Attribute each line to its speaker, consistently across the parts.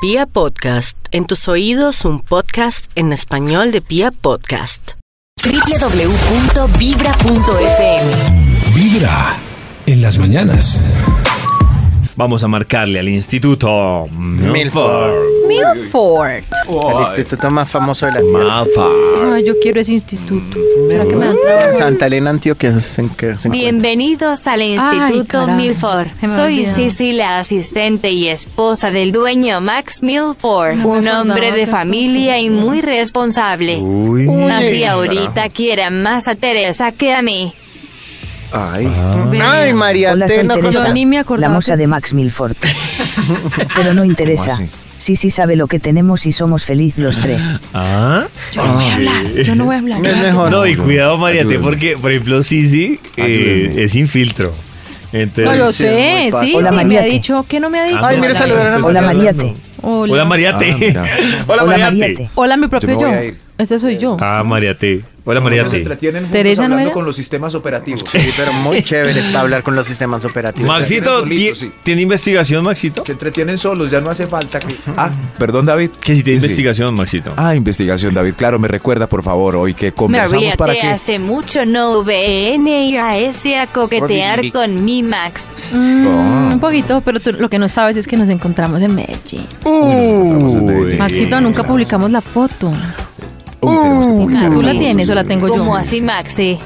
Speaker 1: Pia Podcast, en tus oídos un podcast en español de Pia Podcast.
Speaker 2: www.vibra.fm
Speaker 3: Vibra en las mañanas.
Speaker 4: Vamos a marcarle al instituto Milford.
Speaker 5: Milford.
Speaker 6: El instituto más famoso de la tierra.
Speaker 4: Milford.
Speaker 5: Ay, Ah, yo quiero ese instituto. ¿Será que me dan trabajo?
Speaker 6: Santa Elena, Antioquia. Se, en que se encuentra.
Speaker 7: Bienvenidos al Instituto
Speaker 5: caray,
Speaker 7: Milford.
Speaker 5: se me
Speaker 7: Soy
Speaker 5: olvidó.
Speaker 7: Sisi, la asistente y esposa del dueño Max Milford,
Speaker 5: No me
Speaker 7: un
Speaker 5: acordaba
Speaker 7: hombre de
Speaker 5: tampoco.
Speaker 7: familia y muy responsable. Así ahorita quiera más a Teresa que a mí.
Speaker 6: Ay, María
Speaker 8: Hola, soy
Speaker 6: Atena. con
Speaker 8: Teresa,
Speaker 5: Yo ni me acordaba
Speaker 8: la moza
Speaker 5: que-
Speaker 8: de Max Milford. Pero no interesa. Sí, sí sabe lo que tenemos y somos feliz los tres.
Speaker 4: ¿Ah?
Speaker 5: Yo no voy a hablar. Yo no voy a hablar.
Speaker 6: No es mejor.
Speaker 4: No, y cuidado, Mariate, porque, por ejemplo, Sisi eh, es sin filtro.
Speaker 5: No lo
Speaker 4: Entonces, ah,
Speaker 5: sé, sí,
Speaker 8: Hola,
Speaker 5: sí, me ha
Speaker 8: Mariate.
Speaker 5: dicho que no me ha dicho.
Speaker 6: Ay, mira, saludaron a
Speaker 8: Hola, Mariate.
Speaker 5: Hola.
Speaker 4: Hola, Mariate. Hola, Mariate.
Speaker 5: Hola, mi propio
Speaker 9: Yo me
Speaker 5: yo.
Speaker 9: voy a ir.
Speaker 5: Este soy yo.
Speaker 4: Ah, Mariate. Hola,
Speaker 9: Se
Speaker 4: Mariate.
Speaker 9: entretienen juntos
Speaker 5: Teresa, ¿no
Speaker 9: hablando
Speaker 5: era?
Speaker 9: con los sistemas operativos.
Speaker 6: Sí, pero muy chévere está hablar con los sistemas operativos.
Speaker 4: Maxito,
Speaker 9: Solito,
Speaker 4: ¿tie-
Speaker 9: sí.
Speaker 4: ¿tiene investigación, Maxito?
Speaker 9: Se entretienen solos, ya no hace falta que...
Speaker 10: Ah, perdón David.
Speaker 4: Que si tiene
Speaker 10: Sí.
Speaker 4: investigación, Maxito.
Speaker 10: Ah, investigación David. Claro, me recuerda por favor hoy que conversamos para
Speaker 7: Mariate
Speaker 10: que...
Speaker 7: hace mucho no ven a ese a coquetear con mi Max.
Speaker 5: Mm, un poquito, pero tú- lo que no sabes es que nos encontramos en Medellín. Maxito, nunca publicamos la foto.
Speaker 10: Uy, tenemos que publicar
Speaker 5: ¿Tú
Speaker 10: esa
Speaker 5: la
Speaker 10: foto,
Speaker 5: tienes
Speaker 10: sí.
Speaker 5: o la tengo Pues yo?
Speaker 7: Como así Maxi.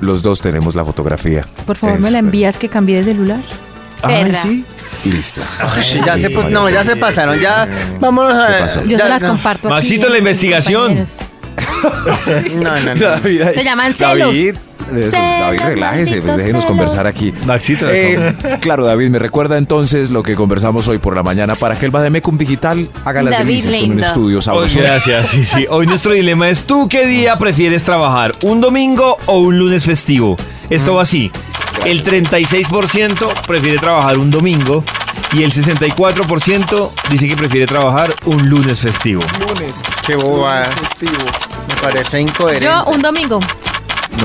Speaker 10: Los dos tenemos la fotografía.
Speaker 5: Por favor, me
Speaker 10: Eso,
Speaker 5: la envías que cambié de celular.
Speaker 10: eh. Ay,
Speaker 7: perra.
Speaker 10: sí. Listo.
Speaker 6: Sí, ya se pus- no, ya se pasaron. Ya vámonos a.
Speaker 10: ¿Qué pasó?
Speaker 5: Yo
Speaker 6: ya-
Speaker 5: se las
Speaker 6: no.
Speaker 5: comparto aquí
Speaker 4: Maxito, la
Speaker 5: entre mis
Speaker 4: investigación.
Speaker 5: compañeros.
Speaker 6: No, no, no.
Speaker 10: David, ahí-
Speaker 5: Se llaman celos.
Speaker 10: David, eso, David, relájese, pues, déjenos conversar aquí.
Speaker 4: Maxito,
Speaker 10: Eh, claro, David, me recuerda entonces lo que conversamos hoy por la mañana para que el Bademecum Digital haga las
Speaker 7: David
Speaker 10: delicias con un
Speaker 7: lindo.
Speaker 10: estudio
Speaker 4: Hoy,
Speaker 10: sabroso.
Speaker 4: gracias, sí, sí. Hoy nuestro dilema es, ¿tú qué día prefieres trabajar? ¿Un domingo o un lunes festivo? Esto va así. El 36% prefiere trabajar un domingo y el 64% dice que prefiere trabajar un lunes festivo.
Speaker 9: Lunes,
Speaker 6: Qué boba.
Speaker 9: festivo.
Speaker 6: Me parece incoherente.
Speaker 5: Yo un domingo.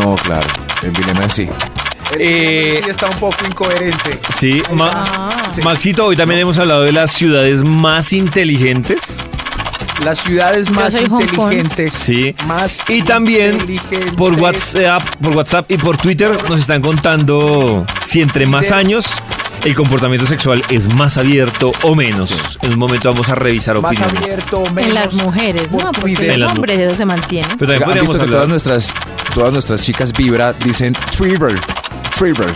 Speaker 10: No, claro, el dilema es sí.
Speaker 9: El
Speaker 4: Eh,
Speaker 9: sí está un poco incoherente.
Speaker 4: Sí, Ma-
Speaker 5: Ah.
Speaker 4: Maxito, hoy también hemos hablado de las ciudades más inteligentes.
Speaker 9: Las ciudades más
Speaker 5: soy Hong Kong.
Speaker 9: inteligentes.
Speaker 4: Sí.
Speaker 9: Más
Speaker 4: Y también
Speaker 9: inteligentes.
Speaker 4: por WhatsApp, por WhatsApp y por Twitter nos están contando si entre más años el comportamiento sexual es más abierto o menos. En un momento vamos a revisar
Speaker 9: Más
Speaker 4: opiniones.
Speaker 9: abierto, menos...
Speaker 5: En las mujeres,
Speaker 9: por
Speaker 5: ¿no?
Speaker 9: Twitter.
Speaker 5: Porque
Speaker 4: En las
Speaker 5: en los
Speaker 4: mu-
Speaker 5: hombres eso se mantiene.
Speaker 4: Pero también
Speaker 10: ¿Han
Speaker 4: podríamos
Speaker 10: visto que
Speaker 4: hablar-
Speaker 10: todas nuestras, todas nuestras chicas vibra dicen Trevor? Trevor.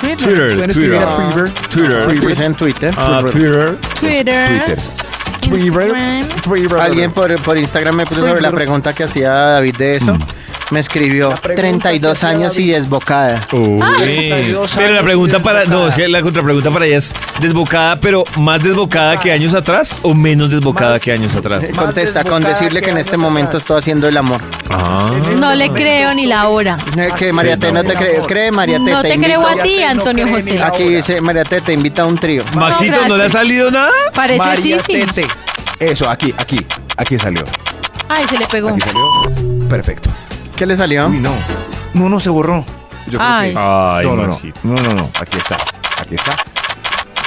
Speaker 10: ¿Pueden
Speaker 4: Twitter,
Speaker 10: escribir
Speaker 4: Twitter,
Speaker 10: a Trevor?
Speaker 4: Twitter.
Speaker 6: Pues en Twitter.
Speaker 4: Ah, Twitter.
Speaker 5: Twitter.
Speaker 10: Twitter. Trevor.
Speaker 5: Instagram.
Speaker 10: Trevor.
Speaker 6: Alguien por, por Instagram me puso sobre la pregunta que hacía David de eso. Me escribió
Speaker 9: pregunta que
Speaker 6: 32
Speaker 9: hacía
Speaker 6: años y
Speaker 9: David.
Speaker 6: desbocada.
Speaker 4: Uy.
Speaker 9: 32
Speaker 4: Oh, Pero la
Speaker 9: años
Speaker 4: pregunta para. No,
Speaker 9: desbocada.
Speaker 4: es que la contrapregunta para ella es: ¿desbocada, pero más desbocada que años atrás o menos desbocada
Speaker 9: Más.
Speaker 4: que años atrás?
Speaker 9: Más
Speaker 6: Contesta con
Speaker 9: desbocada
Speaker 6: decirle
Speaker 9: que
Speaker 6: que en este
Speaker 9: años
Speaker 6: momento
Speaker 9: atrás.
Speaker 6: estoy haciendo el amor.
Speaker 4: Ah.
Speaker 5: No le creo ni la hora.
Speaker 6: Eh, Que María T no te cree, cree María T,
Speaker 5: No te
Speaker 6: invito-
Speaker 5: creo a ti,
Speaker 9: Mariate, no
Speaker 5: Antonio
Speaker 9: cree ni
Speaker 5: José.
Speaker 9: la-
Speaker 6: Aquí
Speaker 9: Ahora.
Speaker 6: dice María T te invita a un trío.
Speaker 4: Maxito, ¿no le ha
Speaker 5: gracias.
Speaker 4: salido nada?
Speaker 5: Parece sí,
Speaker 9: María
Speaker 5: sí.
Speaker 9: Tete.
Speaker 10: Eso, aquí, aquí. Aquí salió.
Speaker 5: Ay, se le pegó.
Speaker 10: Aquí salió. Perfecto.
Speaker 6: ¿Qué le salió?
Speaker 10: Uy, no. No, no se borró. Yo creo
Speaker 5: Ay.
Speaker 10: que-
Speaker 4: Ay,
Speaker 10: no, no, no.
Speaker 4: Maxito.
Speaker 10: No, no, no. Aquí está. Aquí está.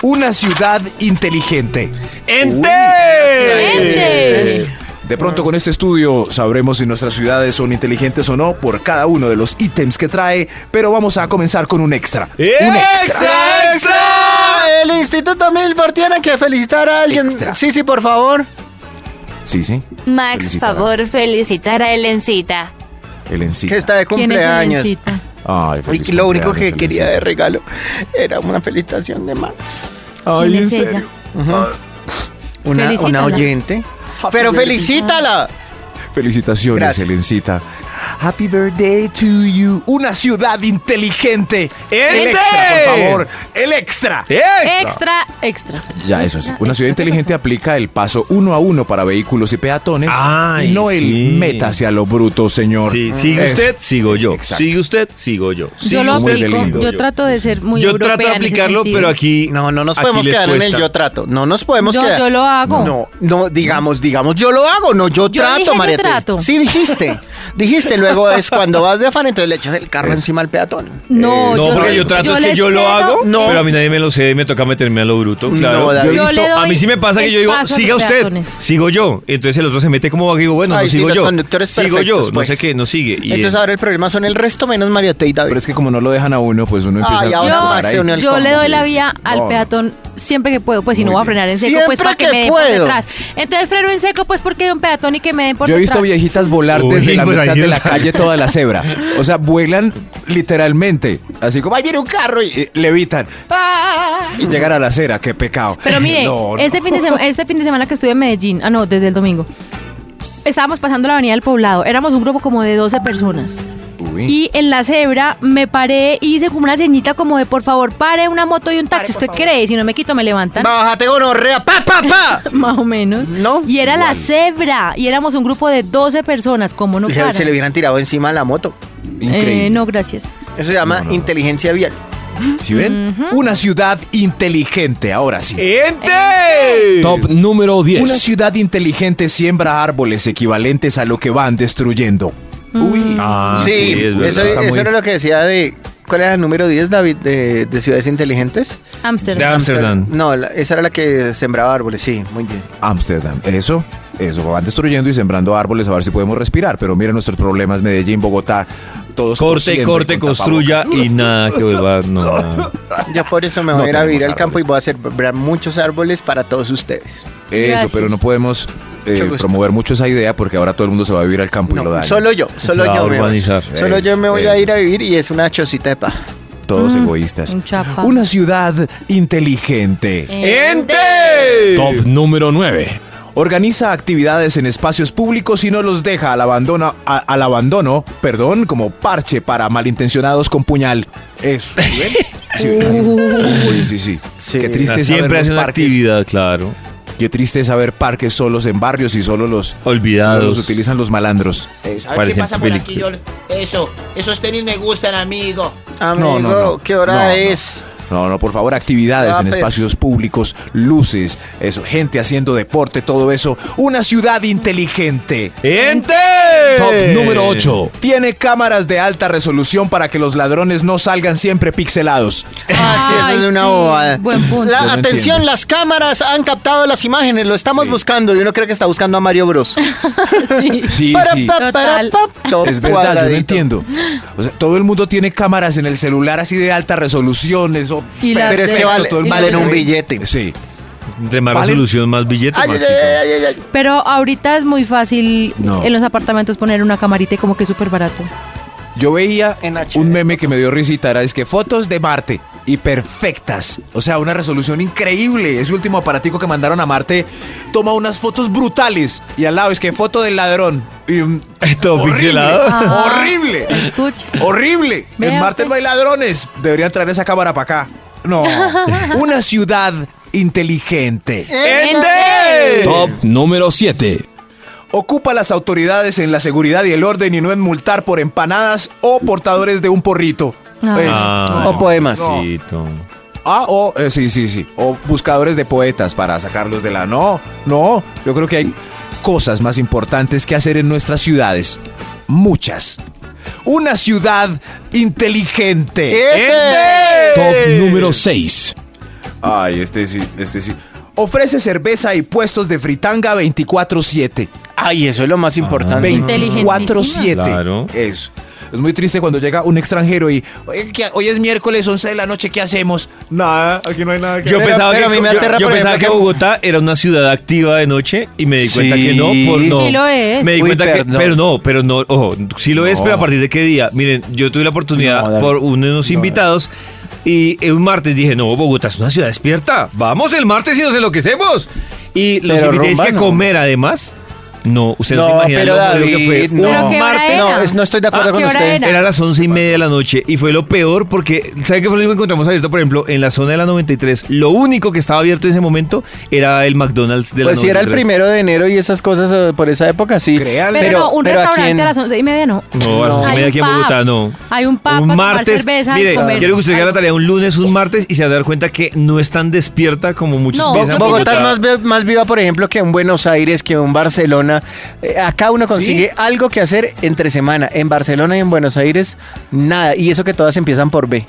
Speaker 10: Una ciudad inteligente.
Speaker 5: Gente.
Speaker 10: De pronto con este estudio sabremos si nuestras ciudades son inteligentes o no por cada uno de los ítems que trae, pero vamos a comenzar con un extra. Un
Speaker 4: ¡Extra, extra!
Speaker 6: El Instituto Milford tiene que felicitar a alguien.
Speaker 10: Extra.
Speaker 6: Sí, sí, por favor.
Speaker 10: Sí, sí.
Speaker 7: Max,
Speaker 10: Felicitar.
Speaker 7: favor, felicitar a Elencita.
Speaker 10: El
Speaker 6: Que está de
Speaker 5: ¿Quién es
Speaker 6: cumpleaños.
Speaker 5: Belencita?
Speaker 10: Ay, feliz
Speaker 6: Y lo único
Speaker 10: cumpleaños,
Speaker 6: que quería de
Speaker 10: Elencita.
Speaker 6: regalo era una felicitación de Max.
Speaker 10: Ay,
Speaker 5: ¿Quién
Speaker 10: en
Speaker 5: es ella?
Speaker 10: serio.
Speaker 6: Una, una
Speaker 5: Felicítala.
Speaker 6: oyente. Pero felicítala.
Speaker 10: Felicitaciones,
Speaker 6: Gracias.
Speaker 10: Elencita. Happy birthday to you. Una ciudad inteligente. El
Speaker 4: ¡Gente!
Speaker 10: extra, por favor. El extra.
Speaker 5: Extra, extra.
Speaker 10: Ya, eso sí. Una ciudad inteligente aplica el paso uno a uno para vehículos y peatones.
Speaker 4: Ay,
Speaker 10: y no
Speaker 4: sí.
Speaker 10: el meta hacia lo bruto, señor.
Speaker 4: Sí, sigue
Speaker 10: Eso.
Speaker 4: usted, sigo yo.
Speaker 10: Exacto.
Speaker 4: Sigue usted, sigo yo.
Speaker 5: yo lo
Speaker 10: como es de
Speaker 5: aplico.
Speaker 10: lindo.
Speaker 5: Yo trato de ser muy
Speaker 4: yo
Speaker 5: europea
Speaker 4: trato de
Speaker 5: en ese
Speaker 4: aplicarlo,
Speaker 5: sentido.
Speaker 4: pero aquí.
Speaker 6: No, no nos
Speaker 4: aquí
Speaker 6: podemos
Speaker 4: les
Speaker 6: quedar en el
Speaker 4: cuesta.
Speaker 6: yo trato. No nos podemos
Speaker 5: Yo,
Speaker 6: quedar.
Speaker 5: yo lo hago.
Speaker 6: No, no, digamos, digamos, yo lo hago, no, yo,
Speaker 5: Yo
Speaker 6: trato,
Speaker 5: dije yo
Speaker 6: María. T.
Speaker 5: trato.
Speaker 6: Sí dijiste. dijiste, luego es cuando vas de afán, entonces le echas el carro encima al peatón. Eh,
Speaker 5: No,
Speaker 4: No, porque
Speaker 5: le-
Speaker 4: yo trato es que
Speaker 5: les
Speaker 4: yo lo
Speaker 5: cedo-
Speaker 4: hago,
Speaker 6: No.
Speaker 4: pero a mí nadie me lo cede y me toca meterme a lo bruto.
Speaker 6: No,
Speaker 4: Claro.
Speaker 6: David.
Speaker 4: Yo he
Speaker 5: Yo
Speaker 4: visto-
Speaker 5: le doy
Speaker 4: a mí sí me pasa que yo
Speaker 5: el
Speaker 4: digo,
Speaker 5: paso a
Speaker 4: siga
Speaker 5: los
Speaker 4: usted,
Speaker 5: peatones.
Speaker 4: sigo yo. Entonces el otro se mete como vago y digo, bueno,
Speaker 6: Ay,
Speaker 4: no
Speaker 6: sí,
Speaker 4: sigo
Speaker 6: los
Speaker 4: yo.
Speaker 6: conductores
Speaker 4: Sigo yo,
Speaker 6: perfectos,
Speaker 4: no
Speaker 6: pues.
Speaker 4: sé qué, no sigue. Y
Speaker 6: Entonces
Speaker 4: él-
Speaker 6: ahora el problema son el resto menos Mariota y David.
Speaker 10: Pero es que como no lo dejan a uno, pues uno empieza
Speaker 6: Ay,
Speaker 10: a...
Speaker 6: ahora
Speaker 10: comparar
Speaker 6: más
Speaker 10: ahí.
Speaker 6: se une el
Speaker 5: Yo
Speaker 6: combo,
Speaker 5: le doy
Speaker 10: sí,
Speaker 5: la
Speaker 10: sí.
Speaker 5: vía al
Speaker 10: No.
Speaker 5: peatón siempre que puedo, pues si no
Speaker 10: Muy
Speaker 5: voy a frenar en seco,
Speaker 6: Siempre
Speaker 5: pues para que,
Speaker 6: que
Speaker 5: me den por
Speaker 6: puedo.
Speaker 5: detrás. Entonces freno en seco, pues porque hay un peatón y que me den por
Speaker 10: Yo he
Speaker 5: detrás.
Speaker 10: visto viejitas volar
Speaker 4: Uy,
Speaker 10: desde la
Speaker 4: pues ahí
Speaker 10: mitad de la
Speaker 4: está.
Speaker 10: calle toda la cebra. O sea, vuelan literalmente. Así como, ahí viene un carro y eh, levitan. ¡Ah! Y llegan a la acera, qué pecado.
Speaker 5: Pero mire,
Speaker 10: No, no.
Speaker 5: Este, fin de sema- este fin de semana que estuve en Medellín, ah no, desde el domingo, estábamos pasando la avenida del poblado, éramos un grupo como de 12 personas.
Speaker 6: Mm.
Speaker 5: Y en la cebra me paré y hice como una señita como de por favor pare una moto y un taxi. ¿Usted cree? Si no me quito me levantan.
Speaker 6: Bájate gonorrea, pa, pa, pa.
Speaker 5: Más o menos.
Speaker 6: No,
Speaker 5: Y era la cebra. Y éramos un grupo de 12 personas. ¿Cómo no para?
Speaker 6: Se, se le hubieran tirado encima a la moto.
Speaker 10: Increíble.
Speaker 5: Eh, no, gracias.
Speaker 6: Eso se llama inteligencia vial.
Speaker 10: ¿Sí ven? Una ciudad inteligente, ahora sí.
Speaker 4: ¡Ente!
Speaker 3: Top número
Speaker 10: Una
Speaker 3: 10.
Speaker 10: ciudad inteligente siembra árboles equivalentes a lo que van destruyendo.
Speaker 5: Uy.
Speaker 4: Ah,
Speaker 6: sí,
Speaker 4: sí, es
Speaker 6: eso,
Speaker 4: verdad.
Speaker 10: Está
Speaker 6: eso
Speaker 10: muy-
Speaker 6: era lo que decía de... ¿Cuál era el número 10, David, de, de ciudades inteligentes?
Speaker 4: De
Speaker 5: Ámsterdam.
Speaker 4: Ámsterdam.
Speaker 6: No, la- esa era la que sembraba árboles, sí, muy bien.
Speaker 10: Ámsterdam. Eso, eso, van destruyendo y sembrando árboles a ver si podemos respirar. Pero miren nuestros problemas, Medellín, Bogotá, todos
Speaker 4: Corte,
Speaker 10: tosiendo
Speaker 4: corte,
Speaker 10: con
Speaker 4: construya y nada que vuelva. No, nada.
Speaker 6: Yo por eso me voy
Speaker 10: No
Speaker 6: a ir a vivir
Speaker 10: tenemos
Speaker 6: al campo y
Speaker 10: árboles.
Speaker 6: voy a sembrar muchos árboles para todos ustedes.
Speaker 10: Eso,
Speaker 5: Gracias.
Speaker 10: pero no podemos eh,
Speaker 6: Mucho gusto.
Speaker 10: promover mucho esa idea porque ahora todo el mundo se va a vivir al campo y lo
Speaker 6: No,
Speaker 10: daña.
Speaker 6: solo yo, solo
Speaker 4: Se va a
Speaker 6: yo me voy.
Speaker 4: urbanizar.
Speaker 6: Solo yo me voy
Speaker 10: Eso
Speaker 6: a ir a
Speaker 10: sí.
Speaker 6: vivir y es una chocita de paja.
Speaker 10: Todos
Speaker 5: Mm,
Speaker 10: egoístas.
Speaker 5: un chapa.
Speaker 10: Una ciudad inteligente.
Speaker 5: Eh,
Speaker 4: ¡Ente!
Speaker 3: Top número 9.
Speaker 10: Organiza actividades en espacios públicos y no los deja al abandono, a- al abandono, perdón, como parche para malintencionados con puñal. Eso. ¿sí ven? Sí, ven. Uy, sí, sí.
Speaker 6: Sí.
Speaker 10: Qué
Speaker 4: O sea, Siempre
Speaker 10: triste
Speaker 4: hace
Speaker 10: saber los
Speaker 4: una
Speaker 10: parques.
Speaker 4: actividad, claro.
Speaker 10: Qué triste saber parques solos en barrios y solo los, solo los
Speaker 4: Olvidados.
Speaker 10: utilizan los malandros.
Speaker 2: A ver qué
Speaker 4: Parecen
Speaker 2: pasa por aquí, yo.
Speaker 4: películas.
Speaker 2: Eso, esos tenis me gustan, amigo.
Speaker 6: Amigo,
Speaker 10: no, no.
Speaker 6: ¿qué hora
Speaker 10: No, no.
Speaker 6: es?
Speaker 10: No, no, por favor, actividades
Speaker 6: Ah,
Speaker 10: en
Speaker 6: pero-
Speaker 10: espacios públicos, luces, eso, gente haciendo deporte, todo eso. Una ciudad inteligente.
Speaker 4: ¡Ente!
Speaker 3: Top
Speaker 6: ¡Eh!
Speaker 3: número 8.
Speaker 10: Tiene cámaras de alta resolución para que los ladrones no salgan siempre pixelados.
Speaker 6: Ah, sí, eso
Speaker 5: Ay,
Speaker 6: es de una
Speaker 5: sí,
Speaker 6: bobada.
Speaker 5: buen punto.
Speaker 6: La-
Speaker 10: Yo no
Speaker 6: atención,
Speaker 10: entiendo.
Speaker 6: las cámaras han captado las imágenes, lo estamos buscando y uno cree que está buscando a Mario Bros.
Speaker 10: Sí,
Speaker 6: Para,
Speaker 10: sí.
Speaker 6: pa, para,
Speaker 5: Total.
Speaker 6: pa, todo
Speaker 10: Es verdad, yo no
Speaker 6: cuadradito.
Speaker 10: entiendo. O sea, todo el mundo tiene cámaras en el celular así de alta resolución, eso.
Speaker 5: Y las
Speaker 6: Pero es
Speaker 5: de-
Speaker 6: que vale-
Speaker 10: todo el mundo
Speaker 6: valen
Speaker 10: se
Speaker 6: un
Speaker 10: ve.
Speaker 6: billete.
Speaker 10: Sí.
Speaker 4: Entre más
Speaker 10: Vale.
Speaker 4: resolución, más billete.
Speaker 6: Ay, ay,
Speaker 4: Maxito.
Speaker 6: ay, ay, ay.
Speaker 5: Pero ahorita es muy fácil
Speaker 10: No.
Speaker 5: en los apartamentos poner una camarita y como que es súper barato.
Speaker 10: Yo veía
Speaker 6: En HD.
Speaker 10: un meme que me dio risita, era es que fotos de Marte y perfectas. O sea, una resolución increíble. Ese último aparatico que mandaron a Marte toma unas fotos brutales. Y al lado es que foto del ladrón. Y un-
Speaker 4: Todo
Speaker 10: Horrible.
Speaker 4: pixelado.
Speaker 5: Ah.
Speaker 10: ¡Horrible!
Speaker 5: Escuche.
Speaker 10: ¡Horrible!
Speaker 5: Vea
Speaker 10: en Marte
Speaker 5: usted.
Speaker 10: no hay ladrones. Deberían traer esa cámara para acá. No. Una ciudad inteligente.
Speaker 5: Eh.
Speaker 4: ¡Ente!
Speaker 3: Top número 7.
Speaker 10: Ocupa las autoridades en la seguridad y el orden y no en multar por empanadas o portadores de un porrito.
Speaker 5: Ah.
Speaker 10: Eso.
Speaker 4: Ah,
Speaker 6: O poemas.
Speaker 4: Maxito.
Speaker 10: Ah, o eh, sí, sí, sí. O buscadores de poetas para sacarlos de la. No, no. Yo creo que hay cosas más importantes que hacer en nuestras ciudades. Muchas. Una ciudad inteligente.
Speaker 6: Este. ¡Ente!
Speaker 3: Top número 6.
Speaker 10: Ay, este sí, este sí. Ofrece cerveza y puestos de fritanga 24-7.
Speaker 6: Ay, eso es lo más importante.
Speaker 5: Inteligentísima.
Speaker 10: 24-7.
Speaker 4: Claro.
Speaker 10: Eso. Es muy triste cuando llega un extranjero y. "Oye, ¿qué- Hoy es miércoles, 11 de la noche, ¿qué hacemos? Nada, aquí no hay nada que
Speaker 4: Yo
Speaker 6: Pero-
Speaker 4: pensaba,
Speaker 6: pero a
Speaker 4: que,
Speaker 6: mí me
Speaker 4: yo-
Speaker 6: aterra,
Speaker 4: yo
Speaker 6: por
Speaker 4: pensaba
Speaker 6: ejemplo,
Speaker 4: que
Speaker 6: que-
Speaker 4: Bogotá era una ciudad activa de noche y me di cuenta que no, por no.
Speaker 5: Sí lo es.
Speaker 4: Me di
Speaker 6: Uy,
Speaker 4: cuenta que,
Speaker 6: perdón.
Speaker 4: pero no, pero no, ojo, sí lo es, pero a partir de qué día. Miren, yo tuve la oportunidad por uno de los invitados y eh, un martes dije, no, Bogotá es una ciudad despierta, vamos el martes y nos enloquecemos. Y los
Speaker 6: Pero
Speaker 4: invité es
Speaker 6: rumba
Speaker 4: que a
Speaker 6: no.
Speaker 4: comer además. No, ustedes no,
Speaker 6: No,
Speaker 4: se imaginan
Speaker 6: pero
Speaker 4: lo jodido
Speaker 6: David,
Speaker 4: que fue.
Speaker 6: no.
Speaker 5: ¿Pero
Speaker 4: Un
Speaker 5: qué hora
Speaker 4: martes.
Speaker 5: era?
Speaker 6: No, es- no estoy de acuerdo
Speaker 5: ¿A qué
Speaker 6: con
Speaker 5: hora
Speaker 6: usted.
Speaker 5: era?
Speaker 4: Era las once y media de la noche y fue lo peor porque, ¿sabe qué fue lo único que encontramos abierto? Por ejemplo, en la zona de la 93, lo único que estaba abierto en ese momento era el McDonald's de la
Speaker 6: Pues si era el
Speaker 4: 93.
Speaker 6: primero de enero y esas cosas eh, por esa época, sí.
Speaker 10: Créanme.
Speaker 5: Pero, no, un
Speaker 6: pero aquí
Speaker 5: restaurante
Speaker 6: en-
Speaker 5: a las once y media no.
Speaker 4: No, a las
Speaker 6: No.
Speaker 4: once y media
Speaker 5: Hay
Speaker 4: aquí en
Speaker 5: un pub.
Speaker 4: Bogotá no.
Speaker 5: Hay un pub
Speaker 4: Un
Speaker 5: para tomar
Speaker 4: martes.
Speaker 5: cerveza y
Speaker 4: mire,
Speaker 5: comer. pues
Speaker 4: quiero que usted haga la tarea un lunes, un martes y se va a dar cuenta que no es tan despierta como muchos
Speaker 5: No,
Speaker 4: piensan.
Speaker 5: yo
Speaker 6: Bogotá es
Speaker 5: que-
Speaker 6: más, vi- más viva, por ejemplo, que un Buenos Aires, que un Barcelona, semana. Eh, acá uno consigue algo que hacer entre semana. En Barcelona y en Buenos Aires, nada. Y eso que todas empiezan por B.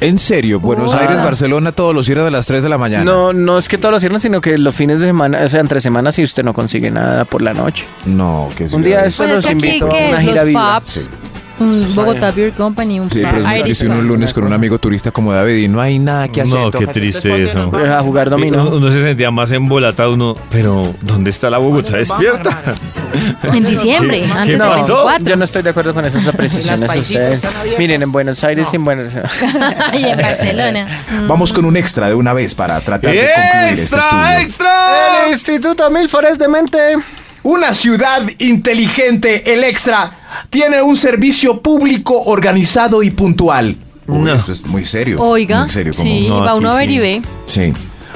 Speaker 10: En serio, Buenos Aires, Barcelona, todos los cierran a las 3 de la mañana.
Speaker 6: No, no es que todos los cierren, sino que los fines de semana, o sea, entre semana, si usted no consigue nada por la noche.
Speaker 10: No, que sí.
Speaker 6: Un día
Speaker 10: ¿verdad?
Speaker 6: Eso
Speaker 5: Pues
Speaker 6: los
Speaker 5: es que aquí
Speaker 6: invito a una
Speaker 5: que
Speaker 6: gira
Speaker 5: los
Speaker 6: viva.
Speaker 5: pubs, un Bogotá Beer Company, un
Speaker 10: Sí, pero es muy
Speaker 5: Irish
Speaker 10: triste
Speaker 5: pub.
Speaker 10: uno un lunes con un amigo turista como David y no hay nada que hacer.
Speaker 4: No, qué
Speaker 10: Tócate.
Speaker 4: triste eso.
Speaker 6: Eh, A jugar
Speaker 4: Uno,
Speaker 6: dominó.
Speaker 4: uno se sentía más embolatado, uno, pero ¿dónde está la Bogotá despierta?
Speaker 5: En diciembre,
Speaker 4: ¿Qué
Speaker 5: antes del
Speaker 4: pasó?
Speaker 5: 24.
Speaker 6: yo no estoy de acuerdo con esas apreciaciones de ustedes. Miren, en Buenos Aires y en Buenos Aires.
Speaker 5: y en Barcelona.
Speaker 10: Vamos con un extra de una vez para tratar de concluir este
Speaker 4: ¡Extra,
Speaker 10: estudio.
Speaker 4: extra!
Speaker 6: El Instituto Milfores de Mente.
Speaker 10: Una ciudad inteligente, el extra, tiene un servicio público organizado y puntual. Uy,
Speaker 4: No.
Speaker 10: Esto es muy serio.
Speaker 5: Oiga,
Speaker 10: Muy serio. como-
Speaker 5: sí,
Speaker 4: no,
Speaker 5: va
Speaker 4: aquí
Speaker 5: uno a ver
Speaker 4: sí.
Speaker 5: y ve.
Speaker 10: Sí.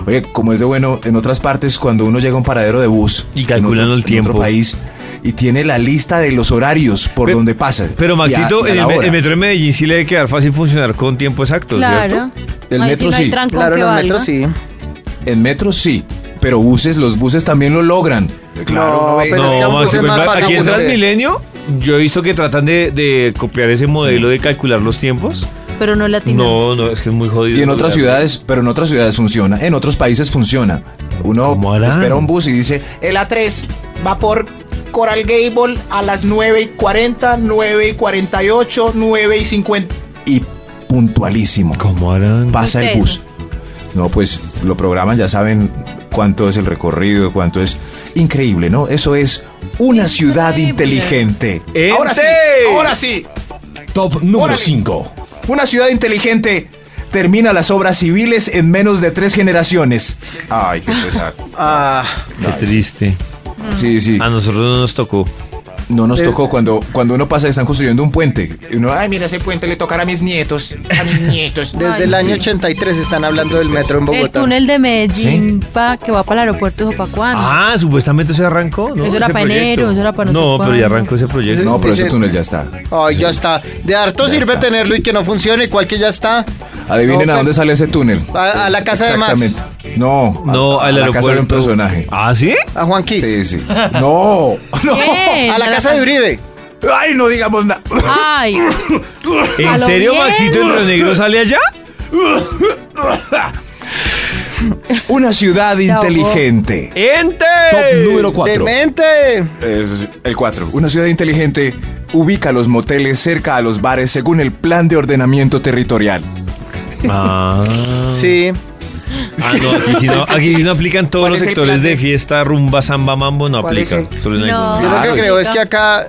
Speaker 10: Oye, como es de bueno, en otras partes cuando uno llega a un paradero de bus
Speaker 4: Y
Speaker 10: en
Speaker 4: calculan
Speaker 10: otro-
Speaker 4: los
Speaker 10: en otro
Speaker 4: tiempos.
Speaker 10: país y tiene la lista de los horarios por
Speaker 4: Pe-
Speaker 10: donde pasa.
Speaker 4: Pero
Speaker 10: y a-
Speaker 4: Maxito,
Speaker 10: y a
Speaker 4: en
Speaker 10: la
Speaker 4: el, me-
Speaker 10: hora.
Speaker 4: el metro de Medellín sí le debe quedar fácil funcionar con tiempo exacto,
Speaker 5: Claro.
Speaker 10: El
Speaker 5: Ahí
Speaker 10: metro
Speaker 5: no hay
Speaker 10: sí.
Speaker 5: trancón
Speaker 6: Claro,
Speaker 5: que
Speaker 6: los
Speaker 5: valga.
Speaker 6: metros sí.
Speaker 10: En metro sí, pero buses, los buses también lo logran. Claro,
Speaker 6: No,
Speaker 10: uno ve-
Speaker 6: pero
Speaker 4: ¿cierto?
Speaker 6: es que a un
Speaker 4: No,
Speaker 6: bus es
Speaker 4: Maxito,
Speaker 6: más
Speaker 4: en-
Speaker 6: fácil
Speaker 4: aquí en
Speaker 6: que-
Speaker 4: Transmilenio yo he visto que tratan de, de copiar ese modelo de calcular los tiempos.
Speaker 5: Pero no latino.
Speaker 4: No, no, es que es muy jodido.
Speaker 10: Y en otras
Speaker 4: Claro.
Speaker 10: ciudades, pero en otras ciudades funciona, en otros países funciona. Uno
Speaker 4: ¿Cómo harán?
Speaker 10: espera un bus y dice,
Speaker 2: El A3 va por Coral Gable a las 9 y 40, 9 y 48, 9 y 50.
Speaker 10: y puntualísimo,
Speaker 4: ¿Cómo harán?
Speaker 10: pasa el
Speaker 5: Ustedes.
Speaker 10: bus. No, pues lo programan, ya saben cuánto es el recorrido, cuánto es. Increíble, ¿no? Eso es una ciudad inteligente.
Speaker 2: Ahora sí,
Speaker 4: ¡Ente!
Speaker 2: ahora sí.
Speaker 3: Top número
Speaker 2: Órale.
Speaker 3: 5.
Speaker 10: Una ciudad inteligente termina las obras civiles en menos de tres generaciones. Ay, qué pesar.
Speaker 6: Ah,
Speaker 4: Qué triste.
Speaker 10: Sí, sí.
Speaker 4: A nosotros Ah, no nos tocó.
Speaker 10: No
Speaker 6: Eh.
Speaker 10: nos tocó cuando, cuando uno pasa que están construyendo un puente. Y uno, ay,
Speaker 2: Ay, mira ese puente, le tocará a mis nietos, a mis nietos.
Speaker 6: desde el año 83 están hablando del metro en
Speaker 5: El
Speaker 6: Bogotá.
Speaker 5: túnel de Medellín pa- que va para el aeropuerto de Sopacuán.
Speaker 4: Ah, supuestamente se arrancó, ¿no?
Speaker 5: Eso era
Speaker 4: Ese
Speaker 5: pa' enero,
Speaker 4: proyecto.
Speaker 5: eso era pa' no sé
Speaker 4: No, pero
Speaker 5: cuándo.
Speaker 4: ya arrancó ese proyecto.
Speaker 10: No, pero ese
Speaker 6: Dice-
Speaker 10: túnel ya está.
Speaker 6: Ay, ya está. De harto
Speaker 10: Ya
Speaker 6: sirve
Speaker 10: está.
Speaker 6: tenerlo y que no funcione, igual que ya está.
Speaker 10: Adivinen
Speaker 6: No,
Speaker 10: a dónde
Speaker 6: pues,
Speaker 10: sale ese túnel.
Speaker 6: a- a la casa de Max.
Speaker 10: Exactamente. No, a-
Speaker 4: No,
Speaker 10: a,
Speaker 4: al
Speaker 10: la casa de un
Speaker 4: aeropuerto.
Speaker 10: personaje.
Speaker 4: ¿Ah, sí?
Speaker 6: A Juan Quis.
Speaker 10: Sí, sí. No, no.
Speaker 5: ¿Qué?
Speaker 6: A la casa de Uribe.
Speaker 10: Ay, no digamos nada.
Speaker 5: Ay, A
Speaker 4: ¿En
Speaker 5: lo
Speaker 4: serio,
Speaker 5: bien.
Speaker 4: Maxito, el Río Negro sale allá?
Speaker 10: Una ciudad
Speaker 5: ahogó.
Speaker 10: inteligente.
Speaker 4: ¡Ente!
Speaker 3: Top número 4.
Speaker 6: ¡Demente!
Speaker 10: Es el 4. Una ciudad inteligente ubica los moteles cerca a los bares según el plan de ordenamiento territorial.
Speaker 4: Ah,
Speaker 6: Sí.
Speaker 4: Ah, no, aquí sí no, aquí sí no aplican todos
Speaker 2: ¿Cuál es
Speaker 4: los
Speaker 2: el
Speaker 4: sectores
Speaker 2: plan de-
Speaker 4: de fiesta, rumba, samba, mambo, no
Speaker 2: ¿Cuál es
Speaker 4: aplica.
Speaker 2: el-
Speaker 4: Solo en Ah,
Speaker 5: No.
Speaker 4: algún-
Speaker 6: Yo lo
Speaker 10: Claro,
Speaker 6: que
Speaker 10: es-
Speaker 6: creo es que acá.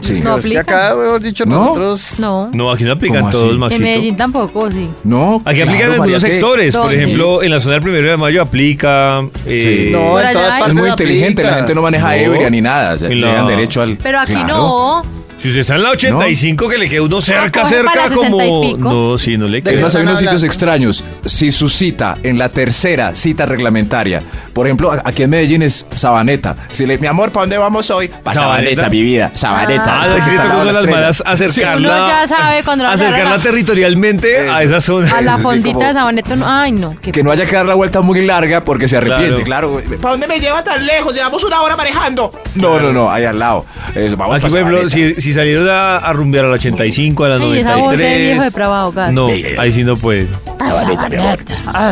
Speaker 10: Sí.
Speaker 5: No
Speaker 6: es que
Speaker 5: aplica.
Speaker 6: acá, mejor dicho,
Speaker 10: No.
Speaker 6: nosotros.
Speaker 5: no.
Speaker 4: No, aquí no aplican
Speaker 10: ¿Cómo
Speaker 4: todos,
Speaker 10: así?
Speaker 5: En
Speaker 4: Maxito.
Speaker 5: Medellín tampoco, sí.
Speaker 10: No.
Speaker 4: Aquí aplican
Speaker 10: claro,
Speaker 4: en
Speaker 10: María,
Speaker 4: algunos
Speaker 10: ¿qué?
Speaker 4: sectores. Por
Speaker 5: Sí.
Speaker 4: ejemplo, en la zona del primero de mayo aplica. eh,
Speaker 6: No,
Speaker 5: Por
Speaker 6: en
Speaker 5: allá
Speaker 6: todas
Speaker 5: hay-
Speaker 6: partes.
Speaker 10: Es muy
Speaker 6: aplica.
Speaker 10: inteligente, la gente no maneja
Speaker 4: No.
Speaker 10: ebria ni nada. ya
Speaker 4: No.
Speaker 10: Llegan derecho al.
Speaker 5: Pero aquí
Speaker 10: Claro.
Speaker 5: no.
Speaker 4: Si usted está en la 85, que le queda uno cerca,
Speaker 5: coge para
Speaker 4: cerca,
Speaker 5: la 60 y
Speaker 4: como.
Speaker 5: pico.
Speaker 4: No, sí, no le
Speaker 10: Es
Speaker 4: queda.
Speaker 10: más, hay unos
Speaker 6: Están
Speaker 10: sitios extraños. Si su cita en la tercera cita reglamentaria, por ejemplo, a- aquí en Medellín es Sabaneta. Si le, mi amor, ¿para dónde vamos hoy? Para
Speaker 4: Sabaneta.
Speaker 10: Sabaneta, mi vida. Sabaneta.
Speaker 4: Ah,
Speaker 10: después que
Speaker 4: escrito
Speaker 10: está
Speaker 4: con
Speaker 10: al lado
Speaker 4: uno
Speaker 10: de
Speaker 4: de
Speaker 10: la
Speaker 4: las
Speaker 10: estrella.
Speaker 4: malas acercarla.
Speaker 5: Uno ya sabe cuando la
Speaker 4: Acercarla
Speaker 5: agarra.
Speaker 4: territorialmente a esa zona.
Speaker 5: A la
Speaker 10: sí,
Speaker 5: fondita
Speaker 10: como-
Speaker 5: de Sabaneta, no. Ay, no. qué
Speaker 10: Que no haya que dar la vuelta muy larga porque se arrepiente, claro.
Speaker 2: ¿Para dónde me lleva tan lejos? Llevamos una hora manejando.
Speaker 10: No, no, no, ahí al lado. Eso, vamos
Speaker 4: Aquí,
Speaker 10: pa'
Speaker 4: por ejemplo,
Speaker 10: Sabaneta.
Speaker 4: si, si salieron a, a rumbear a la 85, a la
Speaker 5: Ay,
Speaker 4: 93.
Speaker 5: esa voz de viejo de pravado, cara.
Speaker 4: No, ahí sí no puede.
Speaker 10: Sabaneta, mi amor.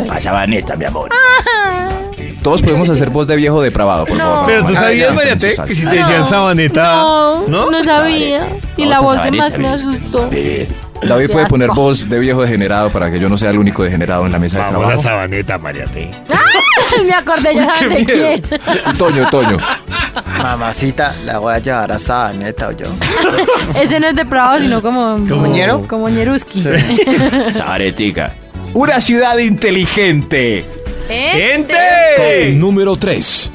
Speaker 10: Pa' Sabaneta, mi amor. Todos podemos hacer voz de viejo depravado, por favor.
Speaker 4: Pero tú
Speaker 10: Ay,
Speaker 4: sabías,
Speaker 10: ya,
Speaker 4: Mariate,
Speaker 10: entonces,
Speaker 4: que si
Speaker 10: así.
Speaker 4: te decían sabaneta.
Speaker 5: No,
Speaker 4: ¿No?
Speaker 5: no, sabía. Y la voz que más me asustó.
Speaker 10: David
Speaker 5: Qué
Speaker 10: puede poner
Speaker 5: asco.
Speaker 10: voz de viejo degenerado para que yo no sea el único degenerado en la mesa de trabajo.
Speaker 9: sabaneta, Mariate.
Speaker 5: Me acordé, ya saben de quién.
Speaker 10: Toño, Toño.
Speaker 6: Mamacita, la voy a llevar a Sabaneta o yo.
Speaker 5: Ese no es de Prado, sino como.
Speaker 4: Como
Speaker 6: ñero.
Speaker 5: Como ñeruski.
Speaker 10: Una ciudad inteligente.
Speaker 5: Este.
Speaker 4: ¡Gente!
Speaker 3: Número 3.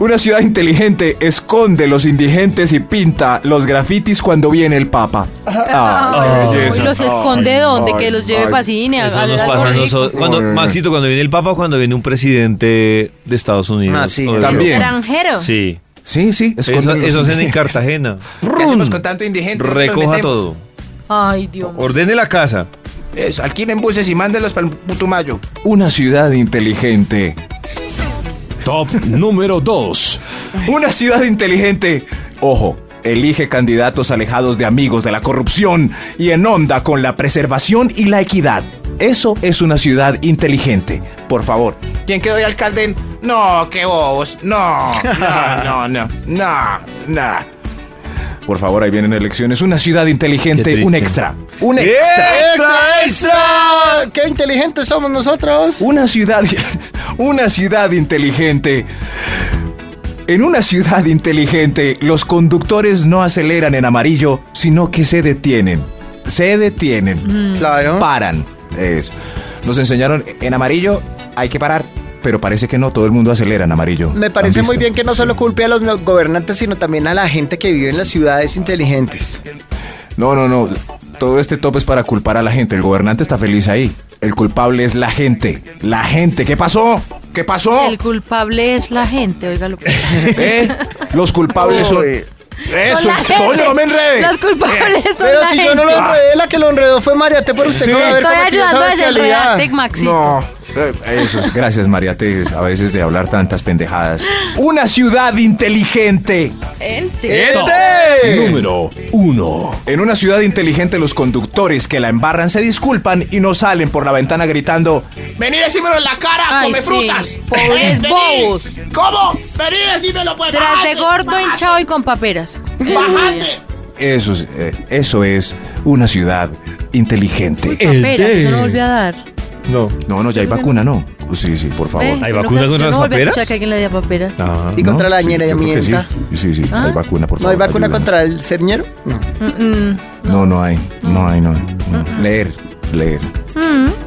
Speaker 10: Una ciudad inteligente esconde los indigentes y pinta los grafitis cuando viene el Papa. Ah, qué
Speaker 5: Ay,
Speaker 10: belleza.
Speaker 5: los esconde
Speaker 10: Ay,
Speaker 5: donde,
Speaker 10: ay,
Speaker 5: que los lleve
Speaker 10: ay.
Speaker 5: para cine. a-
Speaker 4: Eso
Speaker 5: a-
Speaker 4: nos
Speaker 5: a-
Speaker 4: pasa a nosotros. Cuando,
Speaker 10: Ay, ay, ay.
Speaker 4: Maxito, cuando viene el Papa, o cuando viene un presidente de Estados Unidos.
Speaker 6: Ah, sí,
Speaker 4: o de
Speaker 10: también.
Speaker 4: Europa.
Speaker 5: Extranjero.
Speaker 4: Sí.
Speaker 10: Sí, sí,
Speaker 4: Eso,
Speaker 10: esconde los
Speaker 4: eso hacen en
Speaker 10: indigentes.
Speaker 4: Cartagena.
Speaker 2: ¿Qué hacemos con tanto indigente?
Speaker 4: Recoja
Speaker 2: Los metemos.
Speaker 4: todo.
Speaker 5: Ay, Dios mío.
Speaker 4: Ordene la casa.
Speaker 2: Eso, alquilen buses y mándenlos para el Putumayo.
Speaker 10: Una ciudad inteligente
Speaker 3: Top número 2.
Speaker 10: Una ciudad inteligente. Ojo, elige candidatos alejados de amigos de la corrupción y en onda con la preservación y la equidad. Eso es una ciudad inteligente. Por favor.
Speaker 2: ¿Quién quedó de alcalde? en- No, qué bobos. No, no, no, no, no, no.
Speaker 10: Por favor, ahí vienen elecciones. Una ciudad inteligente, un extra. Un extra.
Speaker 4: ¡Extra,
Speaker 6: extra! ¡Qué inteligentes somos nosotros!
Speaker 10: Una ciudad. Una ciudad inteligente. En una ciudad inteligente, los conductores no aceleran en amarillo, sino que se detienen. Se detienen.
Speaker 6: Claro.
Speaker 10: Paran. Eso. Nos enseñaron en amarillo hay que parar, pero parece que no todo el mundo acelera en amarillo.
Speaker 6: Me
Speaker 10: ¿Han
Speaker 6: parece muy
Speaker 10: visto?
Speaker 6: bien que no solo culpe a los no- gobernantes, sino también a la gente que vive en las ciudades inteligentes.
Speaker 10: No, no, no. Todo este top es para culpar a la gente. El gobernante está feliz ahí. El culpable es la gente. La gente. ¿Qué pasó? ¿Qué pasó?
Speaker 5: El culpable es la gente, oiga lo que.
Speaker 10: ¿Eh? Los culpables son.
Speaker 6: Uy.
Speaker 10: Eso,
Speaker 5: la gente.
Speaker 10: coño, no me enrede.
Speaker 5: Los culpables son
Speaker 6: Pero
Speaker 5: la
Speaker 6: si
Speaker 5: gente.
Speaker 6: yo no lo enredé, la que lo enredó fue Mariate por usted
Speaker 10: Sí.
Speaker 6: no haber
Speaker 5: Estoy
Speaker 6: cometido esa
Speaker 5: ayudando a
Speaker 6: bestialidad.
Speaker 5: desenredarte, Maxi.
Speaker 10: No. Eh, Eso es, gracias María Teres, a veces de hablar tantas pendejadas. Una ciudad inteligente.
Speaker 5: Gente.
Speaker 3: Top número 1.
Speaker 10: En una ciudad inteligente los conductores que la embarran se disculpan y no salen por la ventana gritando,
Speaker 2: Vení, decímelo en la cara,
Speaker 5: Ay,
Speaker 2: come
Speaker 5: sí.
Speaker 2: frutas.
Speaker 5: Pobres
Speaker 2: Vení.
Speaker 5: bobos.
Speaker 2: ¿Cómo? Vení, decímelo, pues.
Speaker 5: Tras de
Speaker 2: bájate,
Speaker 5: gordo,
Speaker 2: bájate,
Speaker 5: hinchado y con paperas.
Speaker 2: Bájate.
Speaker 10: eso es, eh, eso es una ciudad inteligente.
Speaker 5: Paperas, eso no volví a dar.
Speaker 4: No.
Speaker 10: No, no, ya hay vacuna, ¿no? Sí, sí, por favor.
Speaker 5: Ve,
Speaker 4: ¿Hay
Speaker 5: yo
Speaker 4: vacunas
Speaker 5: nunca-
Speaker 4: contra
Speaker 5: yo
Speaker 4: las
Speaker 5: no volví a
Speaker 4: paperas?
Speaker 5: escuchar que alguien le dé paperas.
Speaker 4: Ah.
Speaker 6: Y
Speaker 10: ¿No?
Speaker 6: contra la
Speaker 10: Sí,
Speaker 6: ñera
Speaker 10: yo creo que sí.
Speaker 6: ambiental.
Speaker 10: Sí, sí,
Speaker 5: ¿Ah?
Speaker 10: hay vacuna, por
Speaker 6: ¿No
Speaker 10: favor.
Speaker 6: hay vacuna
Speaker 10: ayúdenos.
Speaker 6: contra el cerñero? No.
Speaker 5: Mm, mm.
Speaker 6: Mm,
Speaker 10: No, no hay. No hay, no. hay. No. Leer, leer.
Speaker 5: Mm.